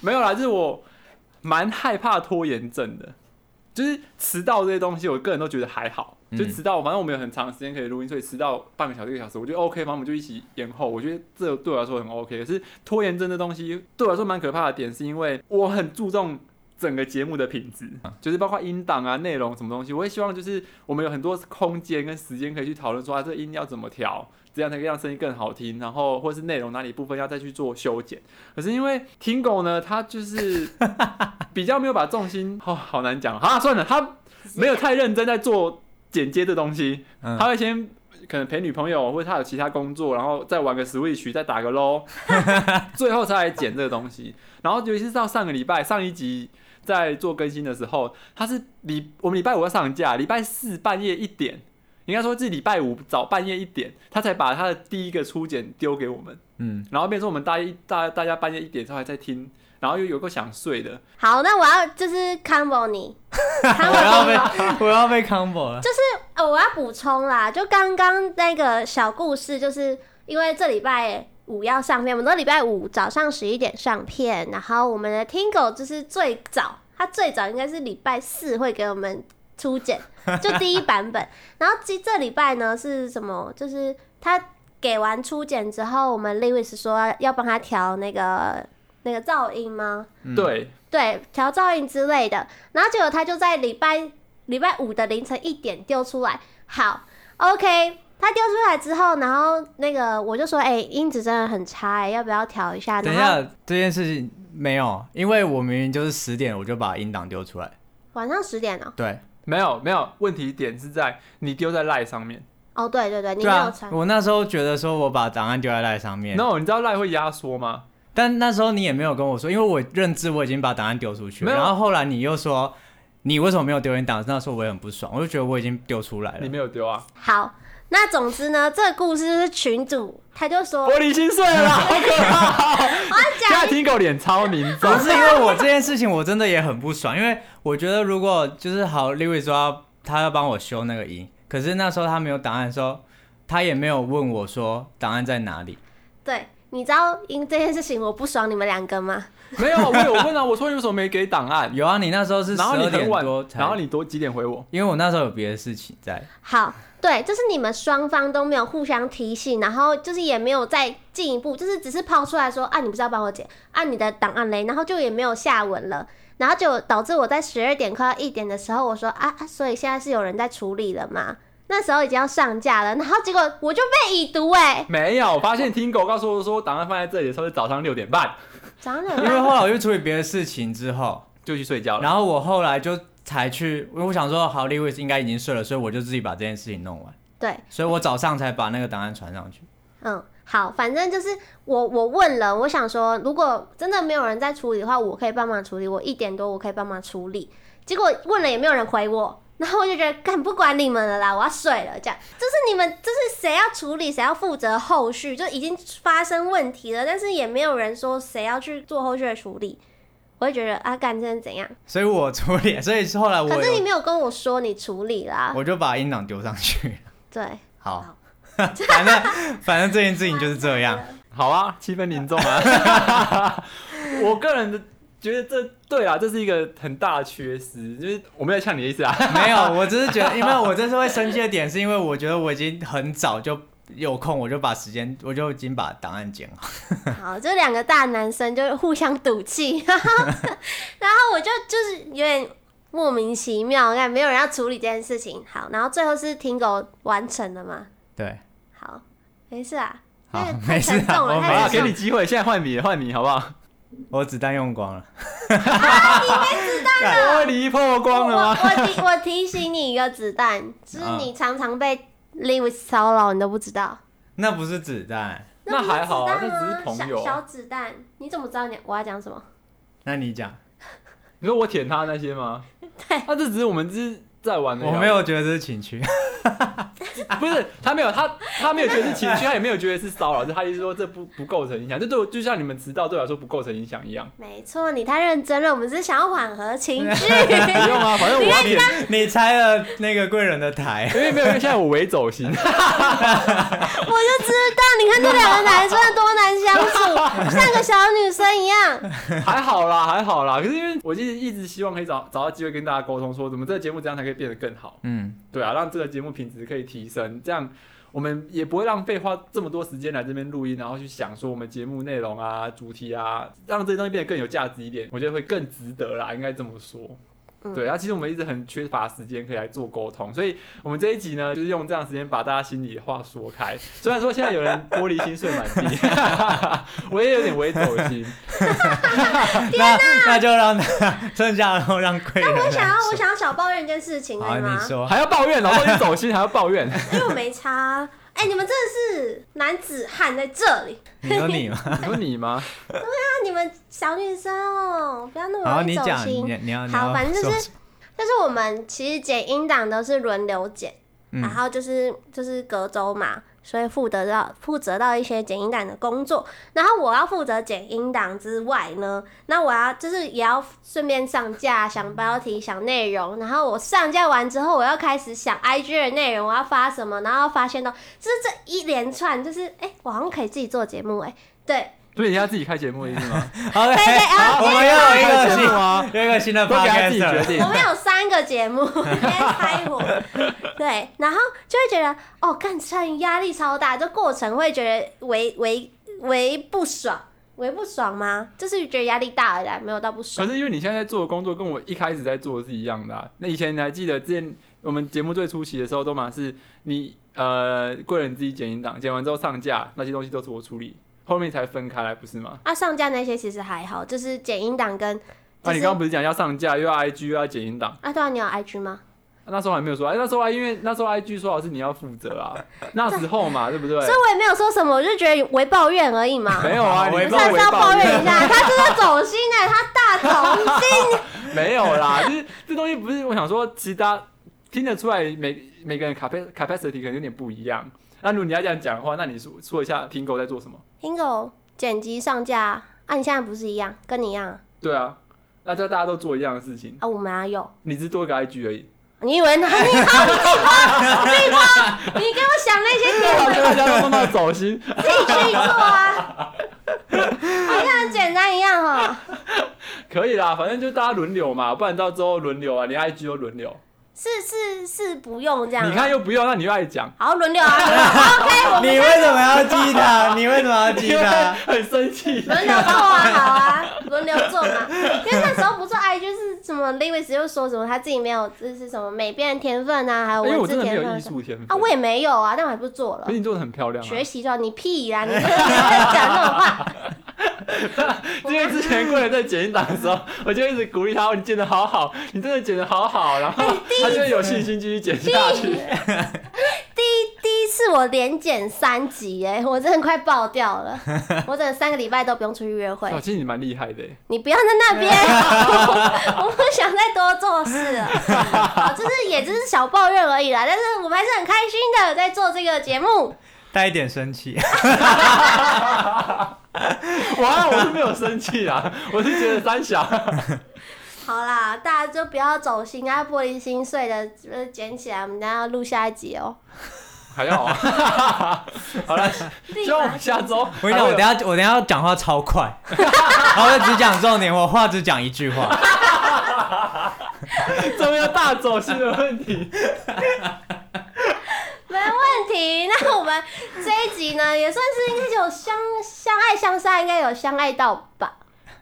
Speaker 2: 没有啦，就是我蛮害怕拖延症的，就是迟到这些东西，我个人都觉得还好。
Speaker 3: 嗯
Speaker 2: 就迟到，反正我们有很长时间可以录音，所以迟到半个小时、一个小时，我觉得 OK，反正我们就一起延后。我觉得这对我来说很 OK。可是拖延症这东西对我来说蛮可怕的点，是因为我很注重整个节目的品质，就是包括音档啊、内容什么东西，我会希望就是我们有很多空间跟时间可以去讨论说啊，这音要怎么调，这样才可以让声音更好听，然后或是内容哪里部分要再去做修剪。可是因为听狗呢，他就是 比较没有把重心，哦，好难讲啊，算了，他没有太认真在做剪接的东西，
Speaker 3: 嗯
Speaker 2: 他会先。可能陪女朋友，或者他有其他工作，然后再玩个 Switch，再打个 LO，最后才来剪这个东西。然后尤其是到上个礼拜上一集在做更新的时候，它是礼我们礼拜五要上架，礼拜四半夜一点，应该说是礼拜五早半夜一点，他才把他的第一个初剪丢给我们，
Speaker 3: 嗯，
Speaker 2: 然后变成我们大一大大家半夜一点之后还在听，然后又有个想睡的，
Speaker 1: 好，那我要就是 combo 你
Speaker 3: 我 要被我要被 combo 了。
Speaker 1: 呃，我要补充啦，就刚刚那个小故事，就是因为这礼拜五要上片，我们都礼拜五早上十一点上片，然后我们的听狗就是最早，它最早应该是礼拜四会给我们初 剪，就第一版本。然后这这礼拜呢是什么？就是他给完初剪之后，我们 Lewis 说要帮他调那个那个噪音吗？
Speaker 3: 嗯，
Speaker 2: 对，
Speaker 1: 对，调噪音之类的。然后结果他就在礼拜礼拜五的凌晨一点丢出来。好，OK，他丢出来之后，然后那个我就说，哎、音质真的很差、哎，要不要调一下？
Speaker 3: 等一
Speaker 1: 然后
Speaker 3: 下这件事情没有，因为我明明就是十点我就把音档丢出来。
Speaker 1: 晚上十点哦、
Speaker 3: 对，
Speaker 2: 没有没有问题点是在你丢在赖上面
Speaker 1: 哦，对对对，你
Speaker 3: 对
Speaker 1: 没有
Speaker 3: 啊
Speaker 1: 传，。
Speaker 3: 我那时候觉得说我把档案丢在赖上面，
Speaker 2: ，no，你知道赖会压缩吗？
Speaker 3: 但那时候你也没有跟我说，因为我认知我已经把档案丢出去了。
Speaker 2: 没有
Speaker 3: 然后后来你又说你为什么没有丢音档？那时候我也很不爽，我就觉得我已经丢出来
Speaker 2: 你
Speaker 3: 了。
Speaker 2: 没有丢啊，
Speaker 1: 好，那总之呢，这个故事就是群主他就说，
Speaker 2: 玻璃心碎了啦，好可怕！
Speaker 1: 我要
Speaker 2: 现在
Speaker 1: 讲，
Speaker 2: 听狗脸超凝重
Speaker 3: 不，是因为我这件事情我真的也很不爽，因为我觉得如果就是好，Louis 说要他要帮我修那个音，可是那时候他没有档案的时候，他也没有问我说档案在哪里。
Speaker 1: 对，你知道因这件事情我不爽你们两个吗？
Speaker 2: 没有，我有问啊，我说你为什么没给档案？
Speaker 3: 有啊，你那时候是十
Speaker 2: 然后你
Speaker 3: 二
Speaker 2: 很
Speaker 3: 点
Speaker 2: 晚
Speaker 3: 多，才，
Speaker 2: 然后你多几点回我？
Speaker 3: 因为我那时候有别的事情在，
Speaker 1: 好，对，就是你们双方都没有互相提醒，然后就是也没有再进一步，就是只是抛出来说啊，你不是要帮我解啊你的档案嘞，然后就也没有下文了，然后就导致我在十二点快要一点的时候，我说啊啊，所以现在是有人在处理了嘛？那时候已经要上架了，然后结果我就被已读哎、
Speaker 2: 没有，我发现听狗告诉我说档案放在这里的时候是早上六点半
Speaker 1: 早上有
Speaker 3: 因为后来我就处理别的事情之后，
Speaker 2: 就去睡觉了。
Speaker 3: 然后我后来就才去，因为我想说，好，Lewis 应该已经睡了，所以我就自己把这件事情弄完，
Speaker 1: 对，
Speaker 3: 所以我早上才把那个档案传上去。
Speaker 1: 嗯，好，反正就是我我问了，我想说，如果真的没有人在处理的话，我可以帮忙处理，我一点多我可以帮忙处理。结果问了也没有人回我，然后我就觉得，干不管你们了啦，我要睡了。这样就是你们，就是谁要处理，谁要负责后续，就已经发生问题了，但是也没有人说谁要去做后续的处理。我就觉得啊，干真的怎样？
Speaker 3: 所以我处理， 所以后来啊我
Speaker 1: 可是你
Speaker 3: 有
Speaker 1: 没有跟我说你处理啦，
Speaker 3: 我就把音档丢上去。
Speaker 1: 对，
Speaker 3: 好，反正反正这件事情就是这样。
Speaker 2: 好啊，七分凝重啊。 我个人的觉得这对啊，这是一个很大的缺失，就是我没有呛你的意思啊。
Speaker 3: 没有，我只是觉得，因为我这次会生气的点，是因为我觉得我已经很早就有空，我就把时间，我就已经把档案剪好。
Speaker 1: 好，这两个大男生就互相赌气， 然后然后我就就是有点莫名其妙，看没有人要处理这件事情。好，然后最后是听狗完成了嘛？
Speaker 3: 对，
Speaker 1: 好，没事啊，
Speaker 3: 好
Speaker 1: 那个，太
Speaker 3: 没事
Speaker 1: 沉重
Speaker 3: 啊，
Speaker 1: 了
Speaker 3: 我
Speaker 2: 好啦，
Speaker 1: 太
Speaker 2: 给
Speaker 1: 沉
Speaker 3: 没
Speaker 2: 你
Speaker 3: 事，
Speaker 2: 机会，现在换你，换你好不好？
Speaker 3: 我子弹用光了。
Speaker 2: 玻璃破光了
Speaker 1: 啊我
Speaker 2: 吗？
Speaker 1: 我提我提醒你一个子弹，就是
Speaker 3: 啊
Speaker 1: 你常常被 Lewis 骚扰，你都不知道。
Speaker 3: 那不是子弹，
Speaker 2: 那
Speaker 1: 不是
Speaker 2: 还好啊
Speaker 1: 子弹
Speaker 2: 那只是朋友
Speaker 1: 小小子弹，你怎么知道你我要讲什么？
Speaker 3: 那你讲，
Speaker 2: 你说我舔他那些吗？
Speaker 1: 对
Speaker 2: 那、这只是我们只是在玩的。啊
Speaker 3: 我没有觉得这是情趣。
Speaker 2: 不是他没有他他没有觉得 是情绪，他也没有觉得是骚扰，就他意思说这不不构成影响，这对我就像你们迟到对我来说不构成影响一样。
Speaker 1: 没错，你太认真了，我们是想要缓和情绪。
Speaker 2: 不用啊，反正我要 脸，
Speaker 3: 你拆了那个贵人的台，
Speaker 2: 因为没有，因为现在我围走 型，
Speaker 1: 我就知道，你看这两个男生多难相处，像个小女生一样。
Speaker 2: 还好啦，还好啦。可是因为我就是一直希望可以找找到机会跟大家沟通，说怎么这个节目怎样才可以变得更好。
Speaker 3: 嗯，
Speaker 2: 对啊，让这个节目品质可以提升，这样我们也不会浪费花这么多时间来这边录音，然后去想说我们节目内容啊、主题啊，让这些东西变得更有价值一点，我觉得会更值得啦，应该这么说。
Speaker 1: 嗯
Speaker 2: 对，然、后啊其实我们一直很缺乏时间可以来做沟通，所以我们这一集呢，就是用这样的时间把大家心里的话说开。虽然说现在有人玻璃心碎满地， 我也有点微走心，
Speaker 3: 那那就让他 剩下，然后让贵人来 说。
Speaker 1: 我想要，我想要小抱怨一件事情，可
Speaker 3: 好，
Speaker 1: 以
Speaker 3: 哎你
Speaker 1: 吗？
Speaker 3: 说，
Speaker 2: 还要抱怨，然后一走心还要抱怨。
Speaker 1: 因为我没差。哎、你们真的是男子汉在这里，
Speaker 3: 你说你 嘛，
Speaker 2: 你说你吗？
Speaker 1: 那你们小女生哦，不要那
Speaker 3: 好，
Speaker 1: 么容
Speaker 3: 你
Speaker 1: 易走
Speaker 3: 讲，你
Speaker 1: 心。
Speaker 3: 你要你
Speaker 1: 好
Speaker 3: 要
Speaker 1: 反正就
Speaker 3: 说
Speaker 1: 是 但是我们其实剪音档都是轮流剪，
Speaker 3: 嗯
Speaker 1: 然后就是就是隔周嘛，所以负责到负责到一些剪音档的工作。然后我要负责剪音档之外呢，那我要就是也要顺便上架，想标题、想内容。然后我上架完之后，我要开始想 IG 的内容，我要发什么，然后发现到就是这一连串，就是哎、我好像可以自己做节目哎、对，
Speaker 2: 所以你要自己开节目的意思 吗？啊
Speaker 3: 好嘞
Speaker 1: 对啊对， 然后
Speaker 3: 我
Speaker 1: 今
Speaker 3: 们
Speaker 1: 天
Speaker 3: 要有一
Speaker 2: 开节
Speaker 3: 个
Speaker 2: 目
Speaker 3: 新，
Speaker 2: 啊，
Speaker 3: 有一 个新的
Speaker 2: 都给他自己
Speaker 3: podcast
Speaker 2: 决
Speaker 3: 了。
Speaker 2: 定
Speaker 1: 我。们有三个节目，天开火，对，然后就会觉得哦，干趁压力超大，这过程会觉得为为为不爽，为不爽吗？就是觉得压力大而来，没有到不
Speaker 2: 可
Speaker 1: 爽。
Speaker 2: 是因为你现在在做的工作跟我一开始在做的是一样的、啊。那以前你还记得之前我们节目最初期的时候，都嘛是你呃贵人自己剪音档，剪完之后上架，那些东西都是我处理，后面才分开来，不是吗？
Speaker 1: 啊，上架那些其实还好，就是剪音档跟就
Speaker 2: 啊，
Speaker 1: 是
Speaker 2: 你刚刚不是讲要上架，又要 IG 又要剪音档、
Speaker 1: 啊，对啊，你有 IG 吗？
Speaker 2: 那时候还没有说，哎、那时候啊，因为那时候 IG 说好是你要负责 啊，那时候嘛，对不对
Speaker 1: 所？以我也没有说什么，我就觉得为抱怨而已嘛。
Speaker 2: 没有啊，
Speaker 1: 我
Speaker 2: 你
Speaker 3: 我
Speaker 2: 们
Speaker 3: 也
Speaker 2: 都
Speaker 1: 算是
Speaker 2: 回
Speaker 1: 要
Speaker 2: 报
Speaker 1: 抱怨一下，他真的走心哎、他大走心。
Speaker 2: 没有啦，就是这东西不是我想说，其实大家听得出来每每个人 capa- capacity 可能有点不一样。那如果你要这样讲的话，那你说说一下听狗在做什么？
Speaker 1: Hingo 剪辑上架啊，啊你现在不是一样，跟你一样啊
Speaker 2: 对啊，那就大家都做一样的事情，
Speaker 1: 啊，我们啊有。
Speaker 2: 你只是多一个 IG 而已。
Speaker 1: 你以为哪里好？地方，地方，你给我想那些点，我
Speaker 2: 大家都弄到走心，
Speaker 1: 自己去做啊，好像很简单一样哈。
Speaker 2: 可以啦，反正就大家轮流嘛，不然到之后轮流啊，你 IG 又轮流，
Speaker 1: 是是是不用这样啊，
Speaker 2: 你看又不用，那你又爱讲，
Speaker 1: 好轮流啊轮流好，OK，我
Speaker 3: 你
Speaker 1: 们
Speaker 3: 为什么要激他？你为什么要激
Speaker 2: 因为
Speaker 3: 他？
Speaker 2: 很生气。
Speaker 1: 轮流做啊，好啊，轮流做嘛。因为那时候不做 IG 是什么，Lewis 又说什么他自己没有，这是什么美编天分啊，还有
Speaker 2: 因为我
Speaker 1: 文
Speaker 2: 真
Speaker 1: 字
Speaker 2: 的没
Speaker 1: 天
Speaker 2: 有艺
Speaker 1: 分
Speaker 2: 术天分
Speaker 1: 啊，我也没有啊，但我还不做了
Speaker 2: 可。是你做的很漂亮啊，
Speaker 1: 学习就好，你屁啦，你真的在讲这种话。
Speaker 2: 因为之前贵人在剪音档的时 候，我就一直鼓励他，你剪的好好，你真的剪的好好，然
Speaker 3: 哎
Speaker 2: 后他就有信心继续剪下去。
Speaker 1: 第一次我连剪三集，哎，我真的快爆掉了，我整个三个礼拜都不用出去约会
Speaker 2: 哦，。其实你蛮厉害的耶，
Speaker 1: 你不要在那边， 我不想再多做事了。好，就是也只是小抱怨而已啦，但是我们还是很开心的在做这个节目。
Speaker 3: 带一点生气，
Speaker 2: 哇，我是没有生气啊， 我是觉得三 小。
Speaker 1: 好啦，大家就不要走心啊，玻璃心碎的呃捡起来，我们等一下要录下一集哦、
Speaker 2: 还好啊， 好了，希望我们下周。
Speaker 3: 我跟你讲，我等下我等下讲话超快，然后就只讲重点，我话只讲一句 话。
Speaker 2: 这边要大走心的问题。
Speaker 1: 没问题，那我们这一集呢，也算是应该有相相爱相杀，应该有相爱到吧。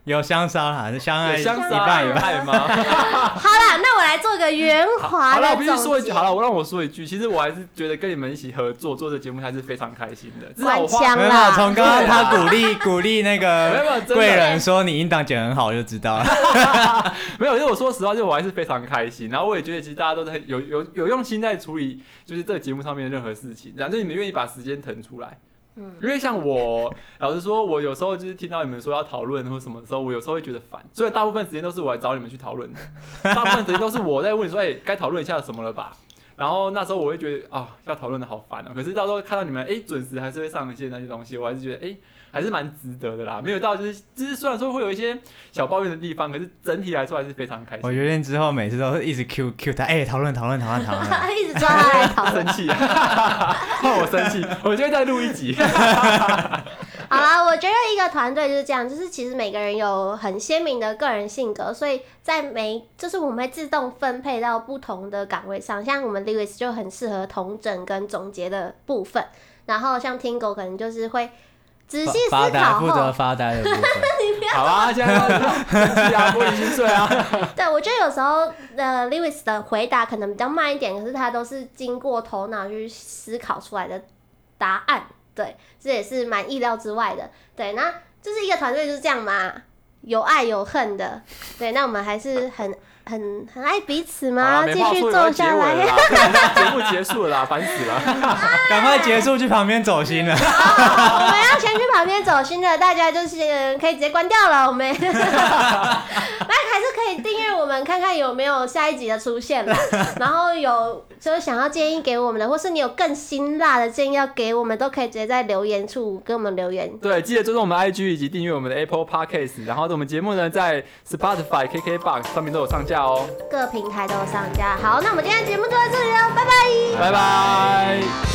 Speaker 3: 有相杀啦，相爱
Speaker 2: 有相
Speaker 3: 一
Speaker 2: 杀
Speaker 3: 半一半。
Speaker 2: 爱 吗？
Speaker 1: 好啦，那我来做个圆滑
Speaker 2: 好了，
Speaker 1: 的
Speaker 2: 我必须
Speaker 1: 总
Speaker 2: 说一
Speaker 1: 结。
Speaker 2: 句，好了，我让我说一句，其实我还是觉得跟你们一起合作做这节目还是非常开心的。至少我
Speaker 1: 官
Speaker 2: 花
Speaker 1: 腔
Speaker 3: 没有，
Speaker 1: 啦，
Speaker 3: 从刚刚他鼓励鼓励那
Speaker 2: 没有没有
Speaker 3: 个
Speaker 2: 真的
Speaker 3: 贵人说你音档剪很好，我就知道了。
Speaker 2: 没有，因为我说实话，就我还是非常开心。然后我也觉得，其实大家都在有有有用心在处理，就是这个节目上面的任何事情。然后就你们愿意把时间腾出来，
Speaker 1: 嗯
Speaker 2: 因为像我，老实说，我有时候就是听到你们说要讨论或什么的时候，我有时候会觉得烦。所以大部分时间都是我来找你们去讨论的，大部分时间都是我在问你说，哎、该讨论一下什么了吧？然后那时候我会觉得啊，要讨论的好烦哦、可是到时候看到你们哎、准时还是会上一些那些东西，我还是觉得哎、还是蛮值得的啦。没有到就是就是虽然说会有一些小抱怨的地方，可是整体来说还是非常开
Speaker 3: 我
Speaker 2: 心。
Speaker 3: 决定之后每次都是一直 Q Q 他，哎、讨论讨论讨论讨论。
Speaker 1: 一直抓他来讨论
Speaker 2: 生。气， 换我生气，我就会再录一集。
Speaker 1: 好啦，我觉得一个团队就是这样，就是其实每个人有很鲜明的个人性格，所以在每就是我们会自动分配到不同的岗位上。像我们 Lewis 就很适合统整跟总结的部分，然后像 Tingo 可能就是会 仔细思
Speaker 3: 发
Speaker 1: 考
Speaker 3: 呆负责
Speaker 1: 后，
Speaker 3: 发呆的部分，
Speaker 2: 好啊，现在要生气啊，玻璃心碎啊。
Speaker 1: 对我觉得有时候呃 Lewis 的回答可能比较慢一点，可是他都是经过头脑去思考出来的答案，对，这也是蛮意料之外的。对，那就是一个团队就是这样嘛，有爱有恨的。对，那我们还是很很很爱彼此
Speaker 2: 好
Speaker 1: 嘛，
Speaker 2: 啦没
Speaker 1: 继
Speaker 2: 话
Speaker 1: 续
Speaker 2: 说有
Speaker 1: 做
Speaker 2: 要
Speaker 1: 下
Speaker 2: 结尾了
Speaker 1: 来。
Speaker 2: 啦，不然 节目结束了啦，烦死了。
Speaker 3: 赶快结束，去旁边走心了。
Speaker 1: 我们要先去旁边走心的，大家就是呃可以直接关掉了。我们那还是可以订阅我们，看看有没有下一集的出现啦。然后有就是想要建议给我们的，或是你有更辛辣的建议要给我们，都可以直接在留言处给我们留言。
Speaker 2: 对，记得追踪我们 IG 以及订阅我们的 Apple Podcast，然后我们节目呢在 Spotify、KKBox 上面都有上架哦。
Speaker 1: 各平台都有上架。好，那我们今天的节目就到这里了，拜拜。
Speaker 2: 拜拜。